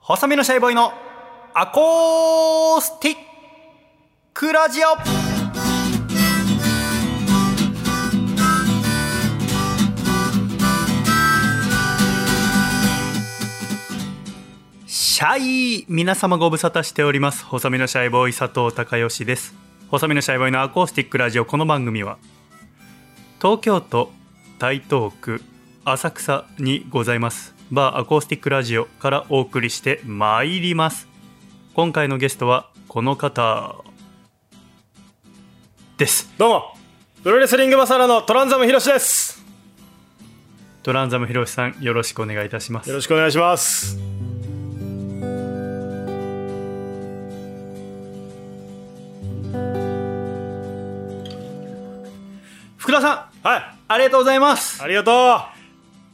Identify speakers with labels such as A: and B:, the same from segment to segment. A: 細身のシャイボーイのアコースティックラジオシャイ皆様ご無沙汰しております細身のシャイボーイ佐藤孝義です細身のシャイボーイのアコースティックラジオこの番組は東京都台東区浅草にございますバーアコースティックラジオからお送りしてまいります今回のゲストはこの方です
B: どうもプロレスリングマサラのトランザムヒロシです
A: トランザムヒロシさんよろしくお願いいたします
B: よろしくお願いします
A: 福田さん
B: はい
A: ありがとうございます
B: ありがとうあ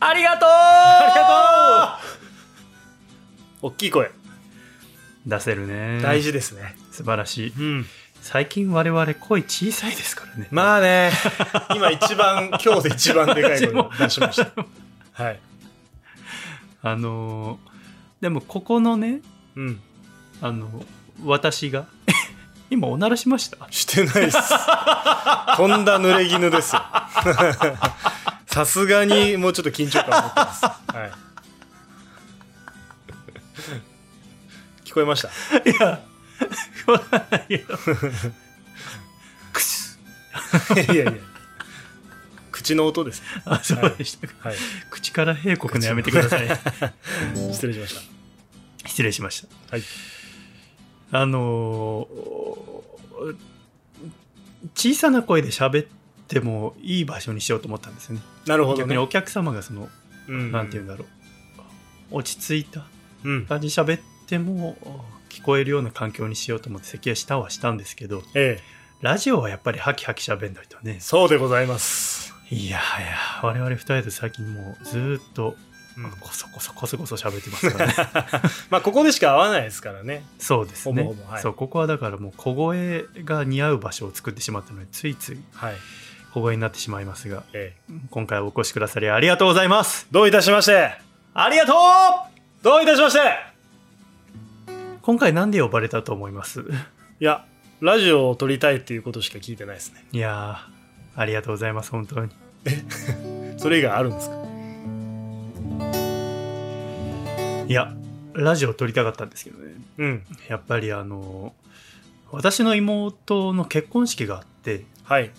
A: ありがとう
B: り
A: あ
B: がとう大きい声
A: りがとう出せるね
B: 大事ですね
A: 素晴らしい
B: うん
A: 最近我々声小さいですからね
B: まあね今一 番今日で一番でかい声を出しましたはい
A: あのーでもここのね
B: うん
A: あの私が 今おならしました
B: してないっすとんだ濡れ衣ですよ さすがにもうちょっと緊張感持ってます、はい、聞こえました
A: いや、わかんないよ。くし
B: いやいや。 口の音です。
A: あ、そうでしたか。
B: はい。
A: 口から閉国のやめてください。
B: 失礼しまし。
A: 失礼しました
B: はい。
A: た。あのー小さな声で喋ってもいい場所にしようと思ったんですよね。
B: なるほど
A: 逆に
B: ね。
A: お客様がその、
B: うん
A: なんていうんだろう。落ち着いた
B: うん。
A: 感じで喋っても聞こえるような環境にしようと思って席は下はしたんですけど、
B: ええ。
A: ラジオはやっぱりハキハキ喋んないとね。
B: そうでございます。
A: いやはや、我々二人で最近もうずーっと
B: うん
A: こそこそこそこそ喋ってますからね。
B: まあ、ここでしか会わないですからね。
A: そうですね。
B: ほぼほぼはい
A: そうここはだからもう小声が似合う場所を作ってしまったのでついつい
B: はい。
A: 小声になってしまいますが
B: ええ。
A: 今回お越しくださりありがとうございます。
B: どういたしまして
A: ありがとう
B: どういたしまして
A: 今回なんで呼ばれたと思います
B: いや、ラジオを撮りたいっていうことしか聞いてないですね。
A: いやーありがとうございます本当に。
B: それ以外あるんですか
A: いやラジオ撮りたかったんですけどね
B: うん。
A: やっぱりあの私の妹の結婚式があって
B: はい。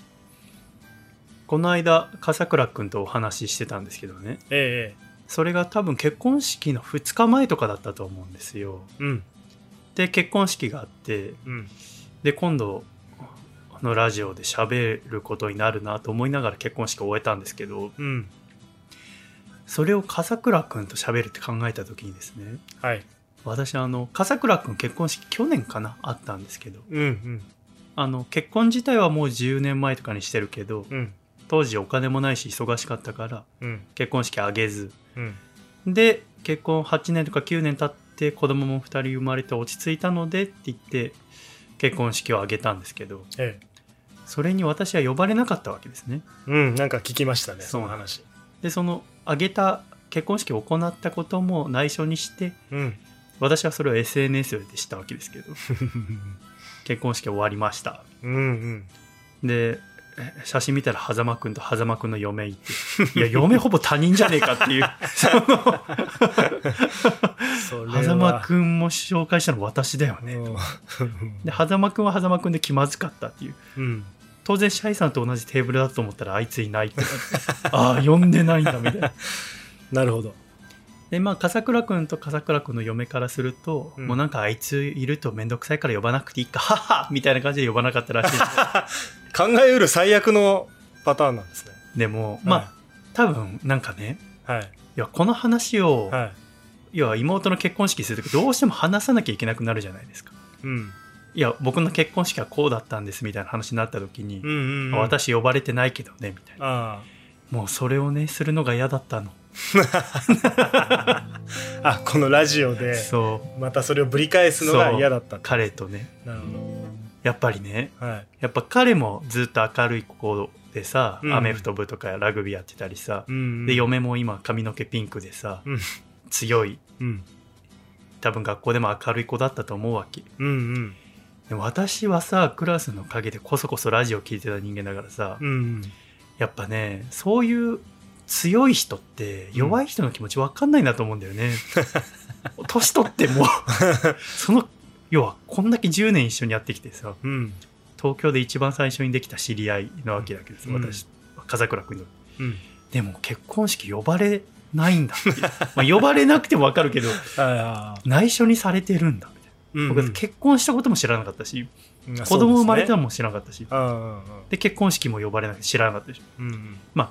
A: この間笠倉君とお話ししてたんですけどね
B: ええ
A: それが多分結婚式の2日前とかだったと思うんですよ
B: ええ。うん。
A: で結婚式があって
B: うん。
A: で今度このラジオで喋ることになるなと思いながら結婚式を終えたんですけど
B: うん。
A: それを笠倉君と喋るって考えた時にですね
B: はい。
A: 私あの笠倉君結婚式去年かなあったんですけど
B: うん。
A: あの結婚自体はもう10年前とかにしてるけど
B: うん。うん。
A: 当時お金もないし忙しかったから
B: うん。
A: 結婚式あげず
B: うん。
A: で結婚8年とか9年経って子供も2人生まれて落ち着いたのでって言って結婚式を挙げたんですけど
B: ええ。
A: それに私は呼ばれなかったわけですね
B: うん。なんか聞きましたね、
A: そ
B: そうの話。
A: でその挙げた結婚式を行ったことも内緒にして
B: うん。
A: 私はそれを SNS で知ったわけですけど結婚式終わりました
B: うんうん。
A: でえ写真見たら狭間くんと狭間くんの嫁いていや嫁ほぼ他人じゃねえかっていうその
B: それは
A: 狭間くんも紹介したの私だよね
B: う、
A: で狭間くんは狭間くんで気まずかったっていうん当然シャイさんと同じテーブルだと思ったらあいついないってなってああ呼んでないんだみたいな
B: なるほど。
A: でまあ笠倉くんと笠倉くんの嫁からすると、
B: うん
A: もうなんかあいついると面倒くさいから呼ばなくていいかはっはみたいな感じで呼ばなかったらしいんで
B: 考えうる最悪のパターンなんですね。
A: でもまあ、多分なんかね
B: はい。
A: いやこの話を、
B: はい。はい。
A: 要は妹の結婚式するときどうしても話さなきゃいけなくなるじゃないですか
B: うん。
A: いや僕の結婚式はこうだったんですみたいな話になった時に、
B: うんうん、うん。。
A: 私呼ばれてないけどねみたいな
B: あ
A: もうそれをねするのが嫌だったの、
B: あ。あ、このラジオで、
A: そう
B: またそれをぶり返すのが嫌だった。
A: 彼とね
B: なるほ
A: やっぱりね
B: ど。はい。
A: やっぱ彼もずっと明るい子でさ、
B: うん
A: アメフト部とかラグビーやってたりさ、
B: うん
A: で嫁も今髪の毛ピンクでさ、
B: うん
A: 強い
B: うん。
A: 多分学校でも明るい子だったと思うわけ
B: うん
A: でも私はさクラスの陰でこそこそラジオ聞いてた人間だからさ、
B: うんうん
A: やっぱねそういう強い人って弱い人の気持ち分かんないなと思うんだ よね、年取ってもその要はこんだけ10年一緒にやってきてさ
B: うん
A: 東京で一番最初にできた知り合いなわけだけどさ、
B: うん
A: 私風倉君の
B: うん
A: でも結婚式呼ばれないんだっていうまあ呼ばれなくても分かるけど
B: ああ
A: 内緒にされてるんだみたい
B: うん
A: な僕結婚したことも知らなかったし、
B: うん
A: 子供生まれた
B: あ
A: のも知らなかったしで、
B: あ
A: 結婚式も呼ばれなくて知らなかったし
B: うんうん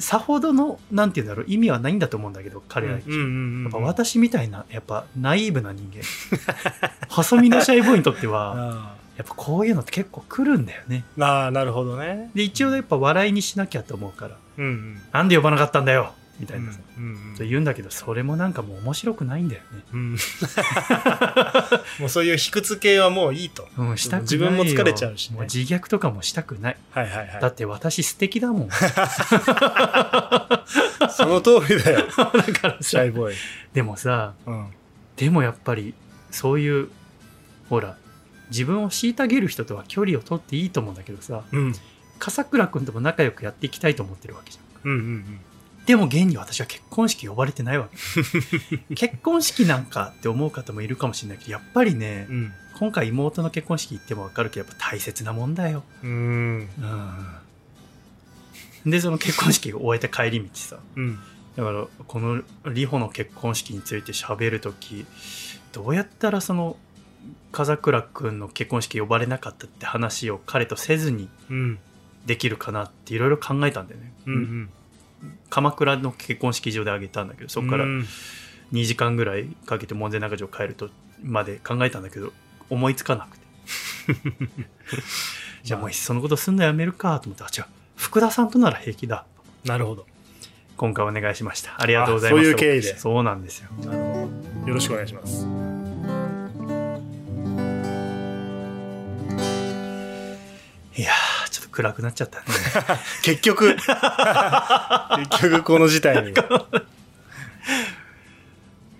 A: さほどのなんて言うんだろう意味はないんだと思うんだけど彼らに、
B: うんうんうん
A: やっぱ私みたいなやっぱナイーブな人間細身のシャイボーイにとっては
B: あ
A: やっぱこういうのって結構来るんだよね
B: あああなるほどね
A: で一応やっぱ笑いにしなきゃと思うから
B: うんうん
A: なんで呼ばなかったんだよみた
B: う
A: い
B: ん
A: なさ、
B: うん
A: と言うんだけどそれもなんかもう面白くないんだよね
B: うん もうそういう卑屈系はもういいと
A: うん、したくないよ
B: 自分も疲れちゃうしね
A: もう自虐とかもしたくない、
B: はいはいはい
A: だって私素敵だもんだ
B: その通り だよ
A: から
B: シ
A: さ
B: ャイボーイ
A: でもさ
B: うん
A: でもやっぱりそういうほら自分を虐げる人とは距離を取っていいと思うんだけどさ
B: うん
A: 笠倉君とも仲良くやっていきたいと思ってるわけじゃん
B: うんうん
A: でも現に私は結婚式呼ばれてないわ け結婚式なんかって思う方もいるかもしれないけどやっぱりね、
B: うん
A: 今回妹の結婚式行っても分かるけどやっぱ大切なもんだよ
B: うん
A: うんでその結婚式を終えた帰り道さ
B: うん
A: だからこのリホの結婚式について喋るときどうやったらその風倉くんの結婚式呼ばれなかったって話を彼とせずに
B: うん
A: できるかなっていろいろ考えたんだよね、
B: うんうん
A: 鎌倉の結婚式場であげたんだけどそこから
B: うん
A: 2時間ぐらいかけて門前仲町帰るとまで考えたんだけど思いつかなく てじゃあもういっそのことすんのやめるかと思ってあ違う福田さんとなら平気だ
B: なるほど
A: 今回お願いしましたありがとうございます
B: あそういう経緯で
A: そうなんですよ
B: なるほどよろしくお願いします
A: いやーちょっと暗くなっちゃったね
B: 結 局結局 この事態に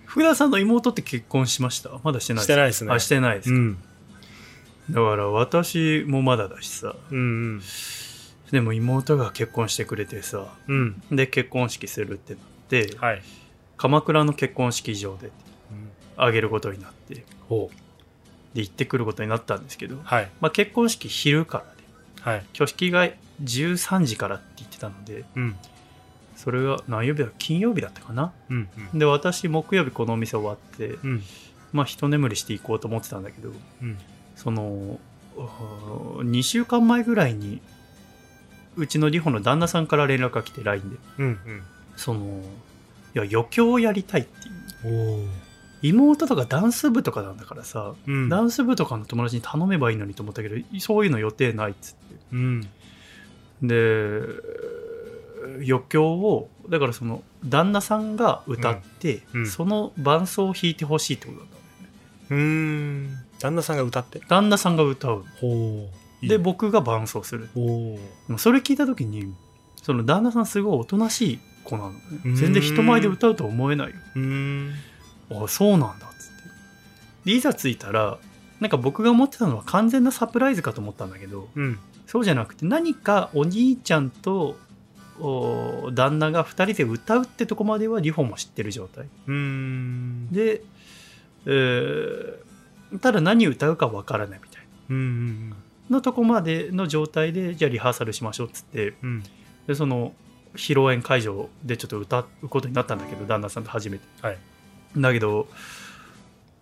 A: 福田さんの妹って結婚しましたまだしてない
B: してないですね
A: あしてないです
B: う
A: か、
B: ん
A: だから私もまだだしさ
B: うん
A: でも妹が結婚してくれてさ
B: うんうん
A: で結婚式するってなって、
B: はい
A: 鎌倉の結婚式場であげることになってで
B: ほ
A: 行ってくることになったんですけど、
B: はい
A: まあ、結婚式昼からで
B: はい
A: 挙式が13時からって言ってたので
B: うん
A: それが何曜日だ金曜日だったかな
B: うん
A: で私木曜日このお店終わって
B: うんうん
A: まあ一眠りしていこうと思ってたんだけど
B: うん
A: その2週間前ぐらいにうちのリホの旦那さんから連絡が来て LINE で
B: うん
A: そのいや余興をやりたいっていう
B: うん
A: 妹とかダンス部とかなんだからさ、
B: おうん
A: ダンス部とかの友達に頼めばいいのにと思ったけどそういうの予定ないっつって
B: うん
A: で余興をだからその旦那さんが歌って、
B: うんうん
A: その伴奏を弾いてほしいってことだったのね
B: うん旦那さんが歌って
A: 旦那さんが歌う
B: ほう
A: で僕が伴奏する
B: ほう
A: でもそれ聞いた時にその旦那さんすごいおとなしい子なの、ね
B: うー、ん
A: 全然人前で歌うとは思えないよ
B: うん
A: あそうなんだっつってでいざ着いたらなんか僕が思ってたのは完全なサプライズかと思ったんだけど
B: うん
A: そうじゃなくて何かお兄ちゃんとお旦那が2人で歌うってとこまではリホも知ってる状態
B: うん
A: で、えーただ何歌うかわからないみたい
B: うん
A: なのとこまでの状態でじゃあリハーサルしましょうっつって
B: うん
A: でその披露宴会場でちょっと歌うことになったんだけど旦那さんと初めて
B: はい
A: だけど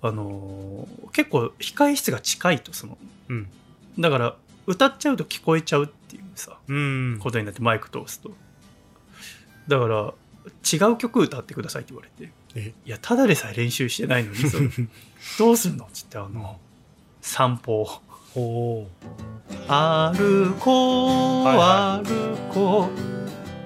A: あのー結構控え室が近いとその
B: うん
A: だから歌っちゃうと聞こえちゃうっていうさ
B: うん
A: ことになってマイク通すとだから違う曲歌ってくださいって言われて
B: え
A: いやただでさえ練習してないのにそ れどうすんのっつってあの散歩を
B: ほ
A: 歩こう、
B: は
A: 歩こ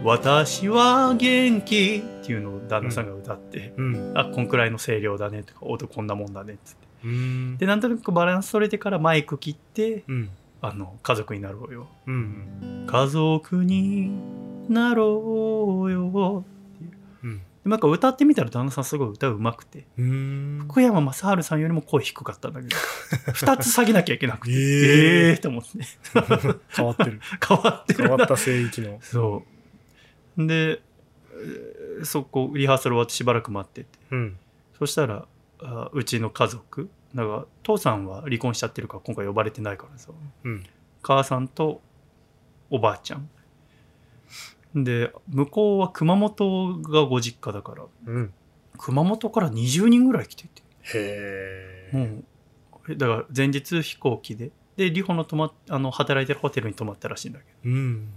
A: う私は元気っていうのを旦那さんが歌って、
B: ううん
A: あこんくらいの声量だねとか音こんなもんだねっつって
B: うん
A: でなんとなくバランス取れてからマイク切って
B: うん
A: あの家族になろうよ
B: うん
A: 家族になろうよ
B: うん
A: でもなんか歌ってみたら旦那さんすごい歌うまくて
B: うーん
A: 福山雅治さんよりも声低かったんだけ ど二つ下げなきゃいけなくて
B: え
A: え
B: え
A: えー、と思って
B: 変わってる
A: 変わってる
B: 変
A: な
B: わった聖域の
A: そうでえーそこリハーサル終わってしばらく待ってて
B: うん
A: そしたらあうちの家族なんか父さんは離婚しちゃってるから今回呼ばれてないからさ
B: うん
A: 母さんとおばあちゃんで向こうは熊本がご実家だから
B: うん
A: 熊本から20人ぐらい来てて
B: へえ、
A: もうえだから前日飛行機ででリホの泊まっあの働いてるホテルに泊まったらしいんだけ
B: うん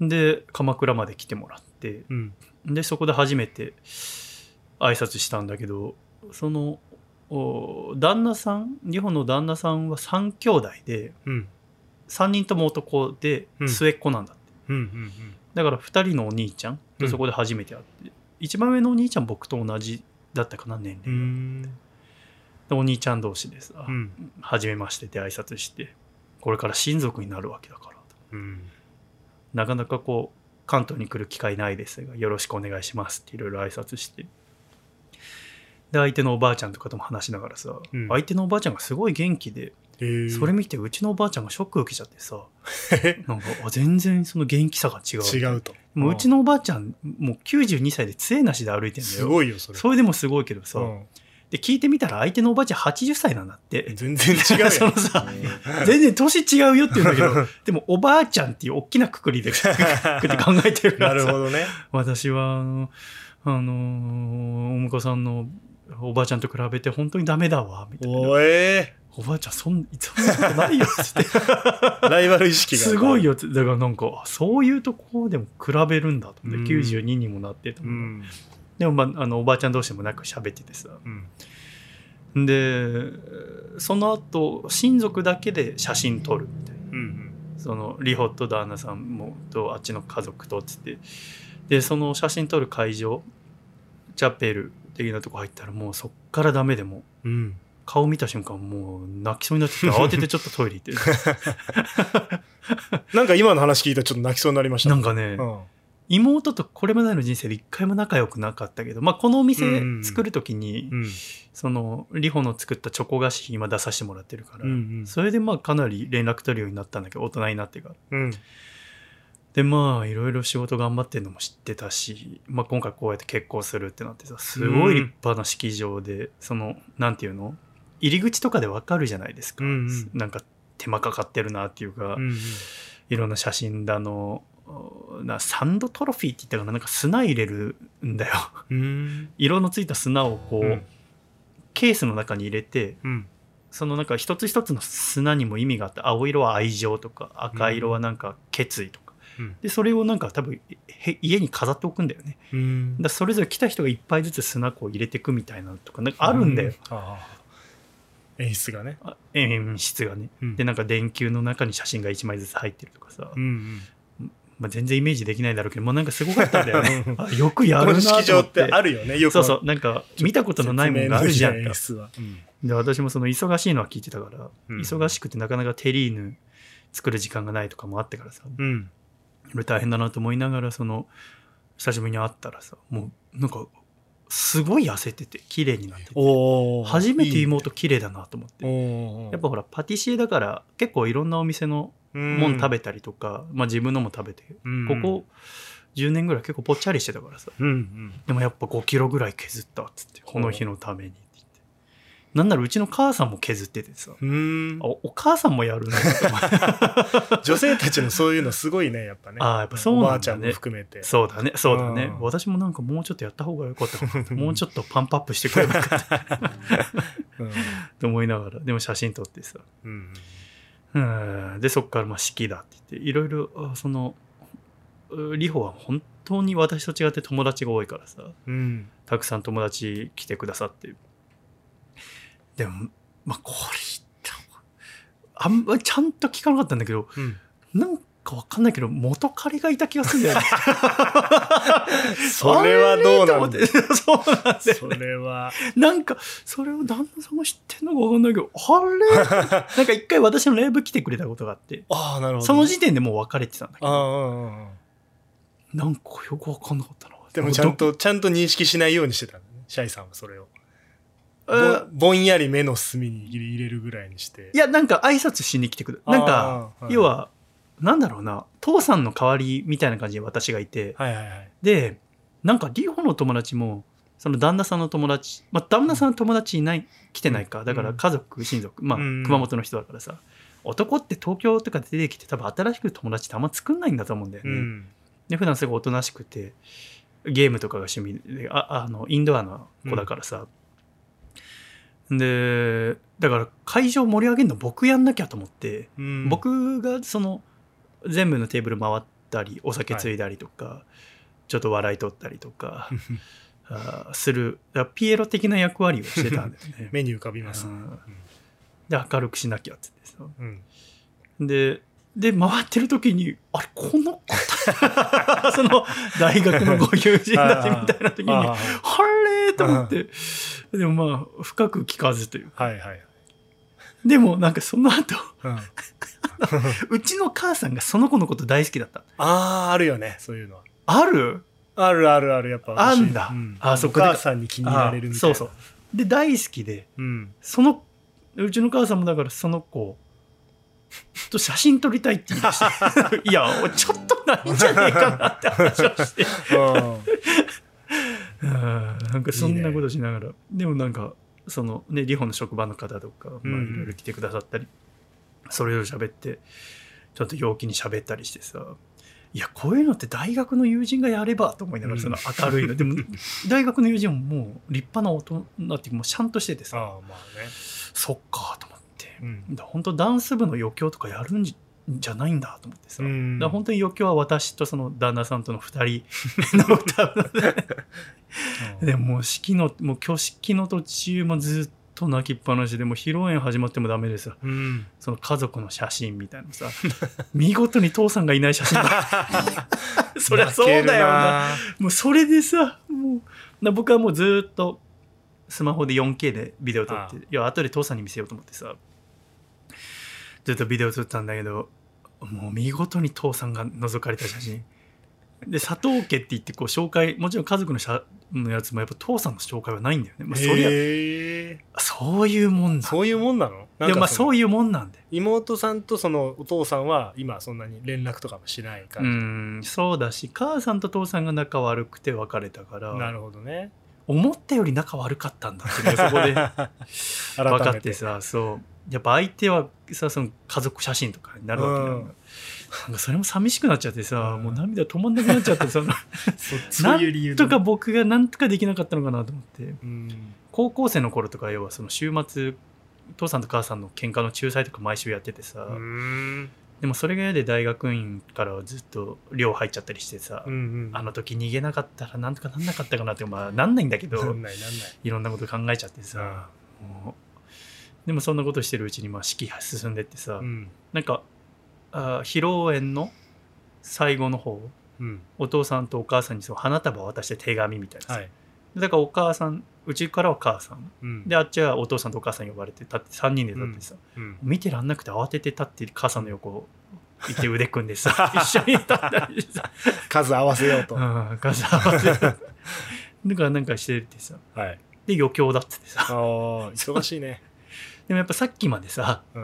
A: どで鎌倉まで来てもらって
B: うん
A: でそこで初めて挨拶したんだけどそのお旦那さんリホの旦那さんは3兄弟で
B: うん
A: 3人とも男で
B: うん
A: 末っ子なんだって、
B: うんうん
A: だから2人のお兄ちゃん
B: う
A: と
B: ん
A: そこで初めて会って、一番上のお兄ちゃん僕と同じだったかな年
B: う
A: 齢、
B: ん
A: でお兄ちゃん同士でさ、
B: うん
A: 初めましてで挨拶してこれから親族になるわけだから
B: うん
A: なかなかこう関東に来る機会ないですがよろしくお願いしますっていろいろ挨拶してで相手のおばあちゃんとかとも話しながらさ、
B: うん
A: 相手のおばあちゃんがすごい元気で、
B: へえ
A: それ見てうちのおばあちゃんがショック受けちゃって さ
B: 違
A: なんかあ全然その元気さが違う
B: うと
A: もううちのおばあちゃんもう92歳で杖なしで歩いてんだよ
B: すごいよそれ
A: それでもすごいけどさ、
B: うん
A: で聞いてみたら相手のおばあちゃん80歳なんだって
B: 全然違う やん
A: そのさ 全然年違うよって言うんだけどでもおばあちゃんっていう大きなくくりでくくりで考えてるか ら
B: なる
A: さ
B: ほど ね
A: 私はあの、あのーお婿さんのおばあちゃんと比べて本当にダメだわみたいな
B: おえ
A: おばあちゃんそんそんなことないよつっ て
B: ーライバル意識が
A: すごいよつってだからなんかあそういうとこでも比べるんだと思って
B: うん
A: 92にもなってと
B: う
A: 思って
B: ん
A: でも、まあ、あのおばあちゃん同士でもなく喋っててさ
B: うん
A: でその後親族だけで写真撮るみたいな。
B: うん
A: そのリホと旦那さんもとあっちの家族とっつってでその写真撮る会場チャペル的なとこ入ったらもうそっからダメでもう
B: うん
A: 顔見た瞬間もう泣きそうになってきて慌ててちょっとトイレ行っ
B: なんか今の話聞いたらちょっと泣きそうになりましてた
A: なんかね
B: うん
A: 妹とこれまでの人生で一回も仲良くなかったけど、まあ、このお店
B: うん
A: 作る時に
B: うん
A: そのリホの作ったチョコ菓子今出させてもらってるから、
B: うん
A: それでまあかなり連絡取るようになったんだけど大人になってから。
B: うん
A: でまあいろいろ仕事頑張ってるのも知ってたし、まあ、今回こうやって結婚するってなってさすごい立派な式場で、そのなんていうの入り口とかでわかるじゃないですか、
B: うんうん
A: なんか手間かかってるなっていうか、
B: うんうん
A: いろんな写真だのおなサンドトロフィーって言ったかななんか砂入れるんだよ
B: うん
A: 色のついた砂をこう、
B: うん
A: ケースの中に入れて
B: うん
A: そのなんか一つ一つの砂にも意味があって青色は愛情とか赤色はなんか決意とか、
B: うん
A: でそれをなんか多分へ家に飾っておくんだよね
B: うん
A: だからそれぞれ来た人がいっぱいずつ砂こう入れてくみたいなのとかなんかあるんだよ、
B: うああ演出がね
A: あ演出がね
B: うん
A: でなんか電球の中に写真が1枚ずつ入ってるとかさ、
B: うんうん
A: まあ、全然イメージできないだろうけどもうなんかすごかったんだよ ねあよくや
B: こ
A: る
B: の
A: な
B: 式
A: と
B: 場
A: 思っ
B: って
A: て
B: あるよねよく
A: そうそうなんか見たことのないものがあるじゃん
B: 説明
A: か
B: のできない演出
A: で
B: は
A: 私もその忙しいのは聞いてたから、
B: うん
A: 忙しくてなかなかテリーヌ作る時間がないとかもあってからさこ
B: うん
A: れ大変だなと思いながらその久しぶりに会ったらさもうなんかすごい痩せてて綺麗になってて
B: おー
A: 初めて
B: いいね
A: 妹綺麗だなと思って。
B: お
A: やっぱほらパティシエだから結構いろんなお店のもん食べたりとか、まあ、自分のも食べてここ10年ぐらい結構ぽっちゃりしてたからさ
B: うんうん
A: でもやっぱ5キロぐらい削ったっつってこの日のためにって言ってなんならうちの母さんも削っててさ
B: うん
A: あおお母さんもやるんだと思って
B: 女性たちのそういうのすごいねやっぱね
A: あーやっぱそうなんだね
B: おばあちゃんも含めて
A: そうだねそうだね
B: うん
A: 私もなんかもうちょっとやった方がよかったか なもうちょっとパンプアップしてくればよかった
B: うん
A: と思いなが らでも写真撮ってさ
B: うん
A: うんでそこからまあ式だって言っていろいろあそのうリホは本当に私と違って友達が多いからさ
B: うん
A: たくさん友達来てくださってでもまあこれあんまりちゃんと聞かなかったんだけど
B: うん
A: なんかわかんないけど元彼がいた気がするんだよね
B: それはど
A: と
B: うな
A: 思
B: ん
A: っ
B: だ
A: て そうなんだよ
B: そ
A: ね
B: れは
A: なんかそれを旦那さんが知ってんのかわかんないけどあれなんか一回私のライブ来てくれたことがあって
B: ああなるほど
A: その時点でもう別れてたんだけど
B: ああうんうんうん
A: なんかよくわかんなかったな。
B: でもちゃんと、ちゃんと認識しないようにしてたのねシャイさんはそれを。
A: えー
B: ぼぼんやり目の隅に入れるぐらいにして。
A: いやなんか挨拶しに来てくるなんか、
B: あーはい
A: 要はなんだろうな父さんの代わりみたいな感じで私がいて、
B: はいはいはい。
A: でなんかリホの友達もその旦那さんの友達、まあ、旦那さんの友達いない来てないかだから
B: うん
A: 家族親族、まあ、
B: うん
A: 熊本の人だからさ男って東京とかで出てきて多分新しく友達ってあんま作んないんだと思うんだよ
B: う
A: ね、
B: ん。
A: で普段すごいおとなしくてゲームとかが趣味でああのインドアの子だからさ、でだから会場盛り上げるの僕やんなきゃと思って、
B: うん、
A: 僕がその全部のテーブル回ったりお酒ついだりとか、ちょっと笑い取ったりと かあーするだからピエロ的な役割をしてたんだよね
B: 目に浮かびます
A: う
B: ね。
A: んで明るくしなきゃっつってさ
B: うん。
A: でで回ってる時にあれこの その大学のご友人たちみたいな時にあ
B: ああ
A: れと思ってでもまあ深く聞かずという
B: はいはい。
A: でもなんかその後
B: うん、あ
A: うちの母さんがその子のこと大好きだった
B: あー、あるよね、そういうのは。
A: ある
B: あるあるある、やっぱ
A: あ
B: 私。
A: んだ
B: う
A: あそこ
B: お
A: で
B: 母さんに気に入られるみたいな。
A: あそうそう。で大好きで
B: うん。
A: そのうちの母さんもだからその子と写真撮りたいって言い出して いやちょっとないんじゃねえかなって話をして
B: うん
A: うんなんかそんなことしながらでもなんかそのねリホの職場の方とか、まあ、
B: うん
A: いろいろ来てくださったり、それぞれ喋ってちょっと陽気に喋ったりしてさいやこういうのって大学の友人がやればと思いながらその明るいの、でも大学の友人ももう立派な大人っていうかもうちゃんとしてて
B: あ
A: さ
B: あ、まあね。
A: そっかと思って
B: うん。
A: だから本当ダンス部の余興とかやるんじじゃないんだと思ってさ、
B: うん
A: だから本当に余興は私とその旦那さんとの2人の歌
B: うん
A: でもう式のもう挙式の途中もずっと泣きっぱなしでもう披露宴始まってもダメでさ
B: うん。
A: その家族の写真みたいな さ見事に父さんがいない写真だ そりゃそうだよな
B: 泣
A: もうそれでさもうな僕はもうずっとスマホで 4K でビデオ撮って
B: ああ
A: いや後で父さんに見せようと思ってさずっとビデオ撮ったんだけどもう見事に父さんが覗かれた写真で佐藤家って言ってこう紹介もちろん家族の写のやつもやっぱ父さんの紹介はないんだよね、まあ、
B: け
A: そ
B: るな
A: りゃ
B: へえ。
A: そういうもんだ
B: そういうもんなの
A: で
B: なんか
A: もまあ
B: その
A: そういうもんなんだよ
B: 妹さんとそのお父さんは今そんなに連絡とかもしないか
A: う
B: ら、
A: んそうだし母さんと父さんが仲悪くて別れたから
B: なるほどね
A: 思ったより仲悪かったんだってねそこ で
B: 改
A: 分
B: めて
A: かってさそうやっぱ相手はさその家族写真とかになるわけだから、
B: うん
A: なんかそれも寂しくなっちゃってさ、
B: うん
A: もう涙止まんなくなっちゃってさ
B: そそういう理由で
A: とか僕がなんとかできなかったのかなと思って
B: うん
A: 高校生の頃とか要はその週末父さんと母さんの喧嘩の仲裁とか毎週やっててさ、
B: うん
A: でもそれが嫌で大学院からはずっと寮入っちゃったりしてさ、
B: うんうん
A: あの時逃げなかったらなんとかなんなかったかなってまあなんないんだけ
B: な
A: ど
B: んないなんない
A: いろんなこと考えちゃってさ、
B: さ
A: もうでもそんなことしてるうちにまあ式が進んでってさ、
B: うん
A: なんかあー披露宴の最後の方
B: うん
A: お父さんとお母さんにその花束を渡して手紙みたいなさ、
B: はい
A: だからお母さんうちからは母さん
B: うん
A: であっちはお父さんとお母さん呼ばれて立って3人で立ってさ、
B: うん
A: 見てらんなくて慌てて立って母さんの横を行って腕 組んでさ一緒に立ったりしてさ
B: 数合わせようと、
A: うん母さん慌ててだからなんかしててさ
B: はい
A: で余興だっつって
B: あ
A: さ
B: ー忙しいね
A: でもやっぱさっきまでさ
B: うん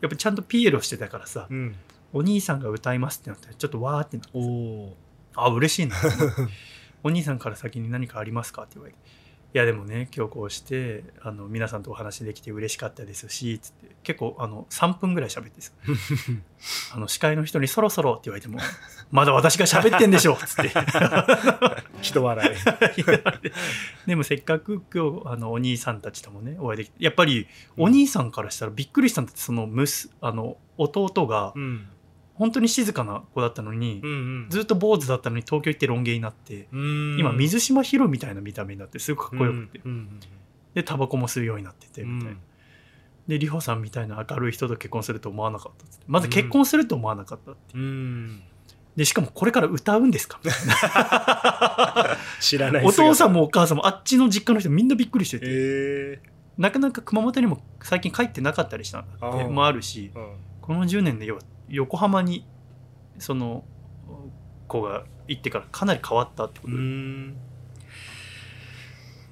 A: やっぱちゃんとピエロしてたからさ、
B: うん
A: お兄さんが歌いますってなってちょっとわーってなって
B: おお
A: あ嬉しいな お兄さんから先に何かありますかって言われていやでもね今日こうしてあの皆さんとお話できて嬉しかったですしつって結構あの3分ぐらい喋ってさあの司会の人に「そろそろ」って言われても 「まだ私が喋ってんでしょ」っつって
B: 人笑 い
A: でもせっかく今日あのお兄さんたちともねお会いできてやっぱりお兄さんからしたらびっくりしたんだってその息あの弟が
B: うん
A: 本当に静かな子だったのに、
B: うんうん
A: ずっと坊主だったのに東京行ってロン毛になって、
B: うん
A: 今水島ヒロみたいな見た目になってすごくかっこよくて、
B: うんうん
A: でタバコも吸うようになってて
B: う
A: みたいな、
B: ん
A: でリホさんみたいな明るい人と結婚すると思わなかったっつってまず結婚すると思わなかったって、
B: うん
A: でしかもこれから歌うんです かみたい
B: 知らない
A: なお父さん
B: も
A: もお母さんもあっちの実家の人みんなびっくりしてて、
B: え
A: なかなか熊本にも最近帰ってなかったりしたんだって
B: あー
A: もあるし
B: えうん
A: この10年で要は横浜にその子が行ってからかなり変わったってこ
B: う
A: と
B: ー
A: で,、
B: ん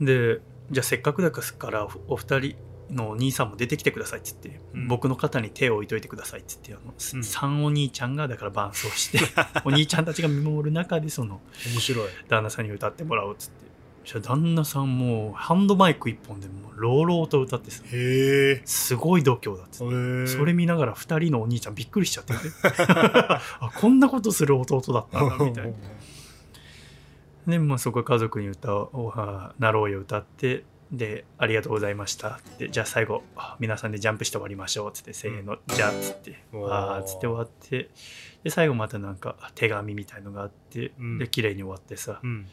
A: でじゃあせっかくだからおお二人のお兄さんも出てきてくださいって言って、
B: うん
A: 僕の肩に手を置いといてくださいって言ってあの、
B: うん
A: 三お兄ちゃんがだから伴奏 してお兄ちゃんたちが見守る中でその
B: 面白い
A: 旦那さんに歌ってもらおうっつってそしたら旦那さんもうハンドマイク一本でもう朗々と歌ってさ
B: へえ
A: すごい度胸だっつってそれ見ながら2人のお兄ちゃんびっくりしちゃってて あこんなことする弟だったんだみたいなで、まあ、そこは家族に歌をあ「なろうよ」歌ってで「ありがとうございました」ってじゃあ最後あ皆さんでジャンプして終わりましょう」っつって「せーのじゃあ」っつって「
B: おー
A: あーっつって終わってで最後またなんか手紙みたいのがあって
B: うん
A: で綺麗に終わってさ
B: うん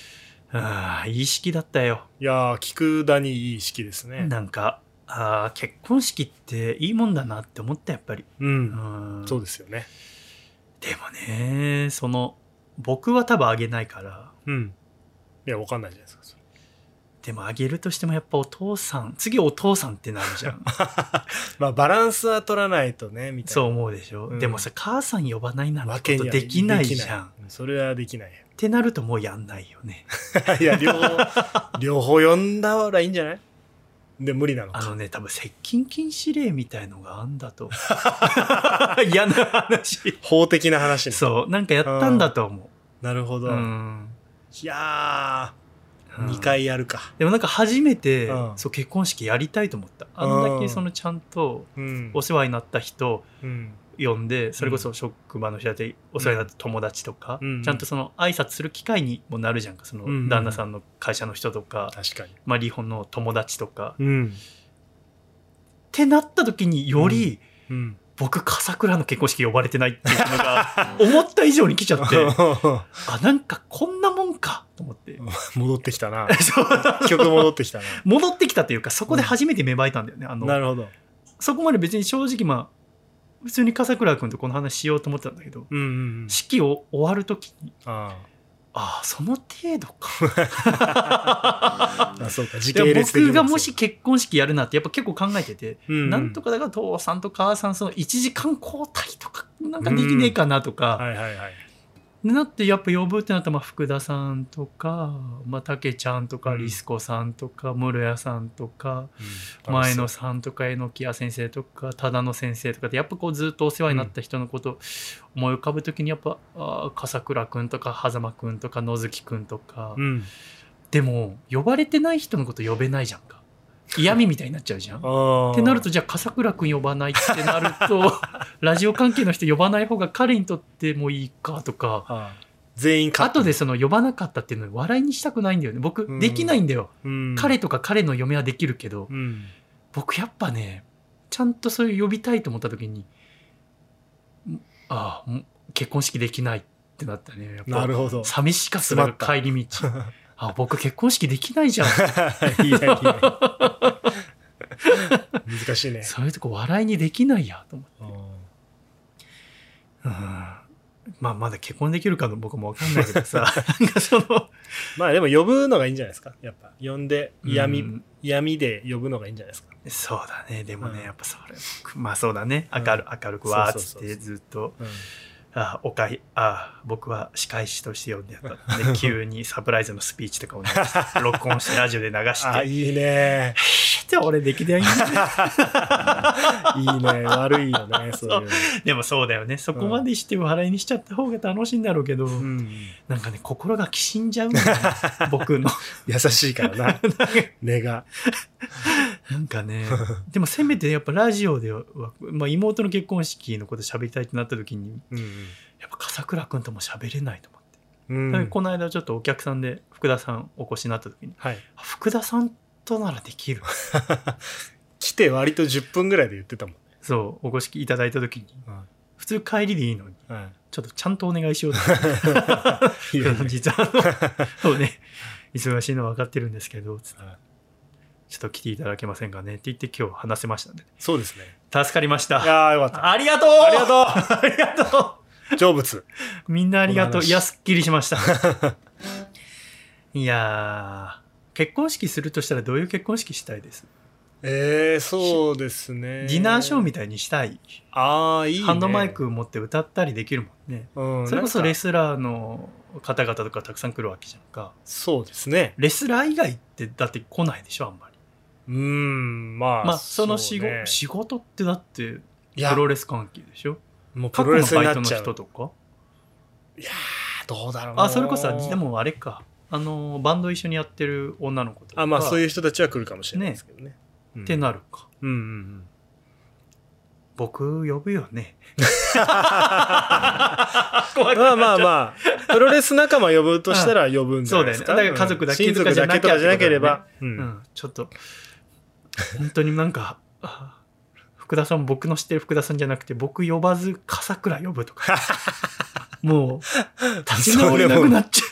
A: 「あーいい式だったよ」
B: いやー菊田にいい式ですね
A: なんかあー結婚式っていいもんだなって思ったやっぱり。
B: う
A: うんん
B: そうですよね
A: でもねその僕は多分あげないから
B: うんいやわかんないじゃないですかそれ
A: でもあげるとしてもやっぱお父さん次お父さんってなるじゃん
B: まあバランスは取らないとねみたいな
A: そう思うでしょ、
B: うん
A: でもさ母さん呼ばないなん
B: わ
A: て
B: け
A: こ
B: に
A: と
B: は
A: できないじゃんっ
B: できないそれはできない
A: てなるともうやんないよね
B: いや 両方両方呼んだらいいんじゃないで無理なの
A: あ
B: か
A: のね多分接近禁止令みたいのがあんだと思う 嫌な話
B: 法的な話ね
A: そうなんかやったんだと思
B: なるほ
A: う
B: ど、
A: うん、
B: いやー、
A: うん
B: 2回やるか
A: でもなんか初めて、
B: うん
A: そう結婚式やりたいと思ったあんだけそのちゃんと
B: うん
A: お世話になった人、
B: うん
A: 呼んでそれこそ職場の人だってお世話になった友達とか、
B: うん
A: ちゃんとその挨拶する機会にもなるじゃんかそ
B: うんう
A: の
B: ん
A: 旦那さんの会社の人とか、
B: 確かに
A: まあ、離婚の友達とか、っ
B: うん
A: てなった時により、
B: うん
A: 僕笠倉の結婚式呼ばれてないっていうの が思った以上に来ちゃってあなんかこんなもんかと思って、
B: 戻ってきたな
A: そう
B: 曲戻ってきたな
A: 戻ってきたというかそこで初めて芽生えたんだよねあ
B: な
A: の
B: るほど
A: そこまで別に正直まあ普通に笠倉君とこの話しようと思ってたんだけど、
B: うんうんうん
A: 式を終わる時に
B: あ
A: ああその程度か
B: ーあそうか 時
A: いや
B: 系列的に
A: 僕がもし結婚式やるなってやっぱ結構考えてて、
B: そううん
A: なんとかだから父さんと母さんその一時間交代とかなんかできねえかなとか、
B: はいはいはい
A: なってやっぱ呼ぶってなったらまあ福田さんとかまあ、竹ちゃんとか
B: うん
A: リスコさんとか室谷さんとか
B: うん
A: 前野さんとか榎谷先生とか忠野先生とかってやっぱこうずっとお世話になった人のこと思い浮かぶ時にやっぱあー笠倉君とか狭間君とか野月君とか。
B: うん
A: でも呼ばれてない人のこと呼べないじゃんか嫌味みたいになっちゃうじゃん。っ
B: って
A: なるとじゃあ笠倉君呼ばないってなると ラジオ関係の人呼ばない方が彼にとってもいいかとか
B: 全員カット
A: 後でその呼ばなかったっていうのを笑いにしたくないんだよね
B: う
A: 僕
B: ん
A: できないんだよ、
B: うん
A: 彼とか彼の嫁はできるけど
B: うん
A: 僕やっぱねちゃんとそういう呼びたいと思った時にんああもう結婚式できないってなったねやっぱ
B: なるほど
A: 寂しかったなんか帰り道あ僕結婚式できないじゃん
B: いやいや難しいね
A: そういうとこ笑いにできないやと思って。まあまだ結婚できるかの僕もわかんないけど さ、なんかその、
B: まあでも呼ぶのがいいんじゃないですかやっぱ呼んで嫌
A: う
B: 味
A: ん
B: 嫌味で呼ぶのがいいんじゃないですか
A: そうだね、でもね、
B: うん
A: やっぱそれ、まあそうだね、
B: うん
A: 明る明るくわーっつ
B: そ
A: っ
B: うそう
A: て
B: そうそう
A: ずっと、
B: うん
A: あおかい、あ僕は仕返しとして呼んでやった。で、 急にサプライズのスピーチとかをね録音してラジオで流し
B: あ
A: て、
B: いいね
A: じゃあ俺できないんだ
B: いいね悪いよねそういうの
A: でもそうだよね、そこまでして笑いにしちゃった方が楽しいんだろうけど、
B: うん
A: なんかね、心がきしんじゃうん だよね、僕の。
B: 優しいから な根が
A: なんかねでもせめてやっぱラジオでは、まあ、妹の結婚式のこと喋りたいってなった時に
B: うん
A: やっぱ笠倉君とも喋れないと思って、
B: うん
A: だからこの間ちょっとお客さんで福田さんお越しになった時に
B: はい
A: あ福田さんとならできる
B: 来て割と10分ぐらいで言ってたもん
A: そうお越しいただいた時に
B: は
A: 普通帰りでいいのに
B: いは
A: ちょっとちゃんとお願いしようと思って
B: いいいよね
A: 実はあのそうね忙しいのは分かってるんですけどつって
B: はい
A: ちょっと来ていただけませんかねって言って今日話せましたんで
B: そうですね
A: 助かりまし
B: い
A: た
B: やーよかっ
A: ありがとう
B: たありが
A: とうありがとう
B: とう成仏
A: みんなありがとう。
B: この話
A: いや、すっきりしま した。いやー、結婚式するとしたらどういう結婚式したいです
B: えー、そうですね。
A: ディナーショーみたいにしたい
B: ああ、いい、ね。
A: ハンドマイク持って歌ったりできるもんね
B: うん。
A: それこそレ
B: ス。
A: スラーの方々とかたくさん来るわけじゃんか
B: そうですね。
A: レスラー以外ってだって来ないでしょあんまり
B: うーん、まあ。
A: まあその仕,、
B: そうね
A: 仕事ってだって
B: い
A: プ
B: や、
A: ロレス関係でしょ
B: もうプ
A: 過去
B: ロレ
A: の
B: スに
A: バイ
B: な
A: ト
B: っ
A: の
B: ちゃう。
A: 人とか
B: いやーどうだろうな
A: あそれこそでもあれかあのバンド一緒にやってる女の子とか
B: あまあそう
A: う
B: いう人たちは来るかもしれないですけどねうん
A: ってなるか
B: うんうんうん
A: 僕呼ぶよ ね
B: まあまあまあプロレス仲間呼ぶとしたら呼ぶんじゃないですか
A: そうだよねだから家族だけ
B: うん親族だけとかじゃなければ
A: う
B: うん
A: ん、ちょっと本当になんかあ福田さん僕の知ってる福田さんじゃなくて僕呼ばず笠倉呼ぶと かもう立ち直れなくなっちゃ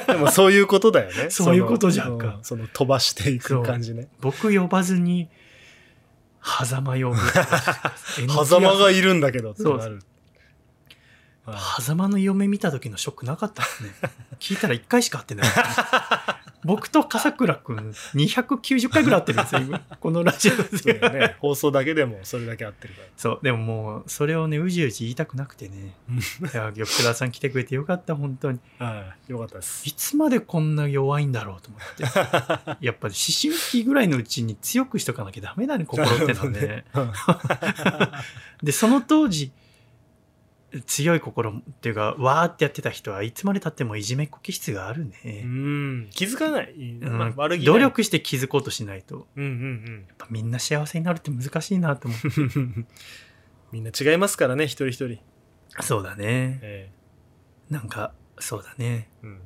A: う
B: でもそういうことだよね
A: そういうことじゃんか
B: そのうんその飛ばしていく感じね
A: 僕呼ばずに狭間呼ぶ
B: 狭間がいるんだけどってなるはい
A: 狭間の嫁見た時のショックなかったですね聞いたら1回しか会ってない僕と笠倉くん290回ぐらい会ってるんですよ今このラジオ
B: そうだ
A: で
B: よね放送だけでもそれだけ合ってるから
A: そうでももうそれをねうじうじ言いたくなくてねいや玉倉さん来てくれてよかった本当に
B: はいよかったです
A: いつまでこんな弱いんだろうと思ってやっぱり思春期ぐらいのうちに強くしとかなきゃダメだね 心ってのはね
B: なるほ
A: でその当時強い心っていうかわーってやってた人はいつまでたってもいじめっ子気質がある
B: どね
A: ね、
B: うん気づかない
A: うん
B: まあ悪気ない
A: 努力して気づこうとしないと
B: うんうん
A: やっぱみんな幸せになるって難しいなと思
B: うん みんな違いますからね一人一人
A: うそうだね
B: え
A: なんかそうだね
B: えうん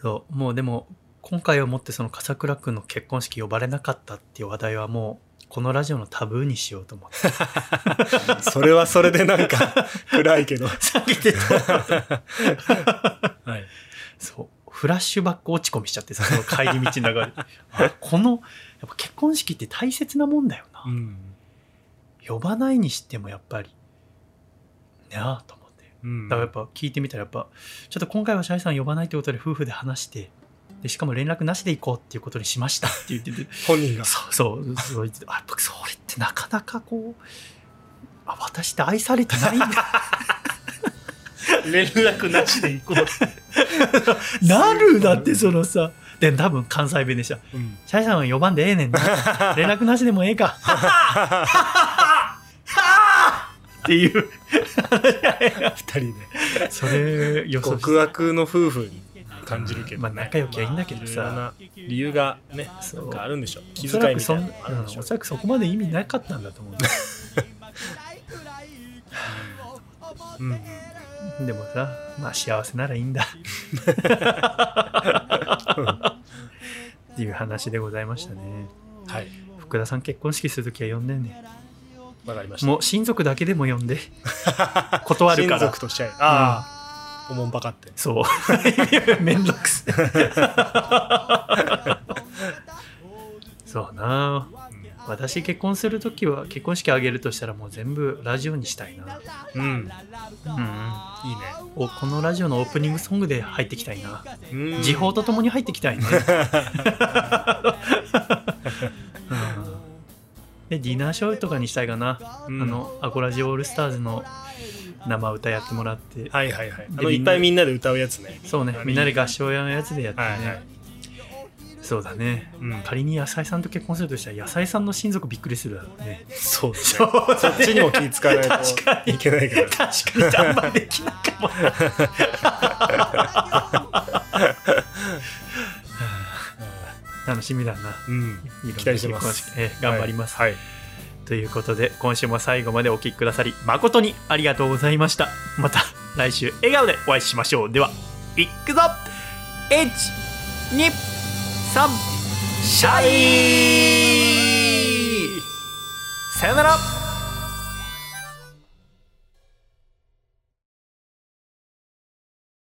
A: そうもうでも今回をもってその笠倉くんの結婚式呼ばれなかったっていう話題はもうこのラジオのタブーにしようと思って
B: それはそれでなん か暗いけど。
A: 下げてた
B: はい。
A: そうフラッシュバック落ち込みしちゃってさその帰り道の中であこのやっぱ結婚式って大切なもんだよな、
B: ん。
A: 呼ばないにしてもやっぱりねあと思って
B: うん
A: だからやっぱ聞いてみたらやっぱちょっと今回はシャイさん呼ばないということで夫婦で話してでしかも連絡なしで行こうっていうことにしま したって言ってて
B: 本人が。
A: そうそうそう言っててあやっぱそれってなかなかこうあ私って愛されてないん だ
B: 連絡なしで行こ
A: なるだってそのさで多分関西弁でした
B: う。 うん。
A: シャイさんは呼ばんでええ ねんな連絡なしでもええかっていう
B: 二人
A: それ
B: で。
A: 予想して
B: 極悪の夫婦に感じるけど、ね。
A: まあ仲良きゃいいんだけどさ
B: まあいろいろな理由がね、
A: そ
B: な
A: うん
B: かあるんでしょう。気
A: おそ
B: 遣
A: ら
B: い
A: く
B: みた
A: そ
B: い
A: ん
B: な
A: う
B: のあるん
A: ん
B: でし
A: お
B: ょう。
A: そらくそこまで意味なかったんだと思
B: うん。
A: うでもさまあ幸せならいいんだっていう話でございましたね
B: はい。
A: 福田さん結婚式するときは呼んでね
B: わかりました。
A: もう親族だけでも呼んで断るか
B: 親
A: ら
B: 族として。ああ。おもんばかって。
A: そう めんどくせえそうな私結婚するときは結婚式あげるとしたらもう全部ラジオにしたいな
B: うん。うん。いいね。
A: うんおこのラジオのオープニングソングで入ってきたいな
B: うん
A: 時報とともに入ってきたい ね、うんでディナーショーとかにしたいかな、
B: うん
A: あのアコラジオールスターズの生歌やってもらって、
B: はいはいはい。あ
A: で
B: の、いっぱいみんなで歌うやつね。
A: そうねみんなで合唱やのやつでやってね、
B: はいはい
A: そうだね、
B: うん
A: 仮に野菜さんと結婚するとしたら野菜さんの親族びっくりするだろうね
B: そうです
A: そ
B: ね。
A: うだ
B: そっ ちにも気遣わない
A: 確か
B: と
A: に
B: いけないから。
A: 確 かにあんまできないかもな 楽しみだな
B: うん
A: いろんな
B: 期待してま
A: 結婚
B: す。
A: 式ええ頑張ります、
B: はい。はい
A: ということで今週も最後までお聴きくださり誠にありがとうございましたまた来週笑顔でお会いしましょうではいっくぞ123シャイさよなら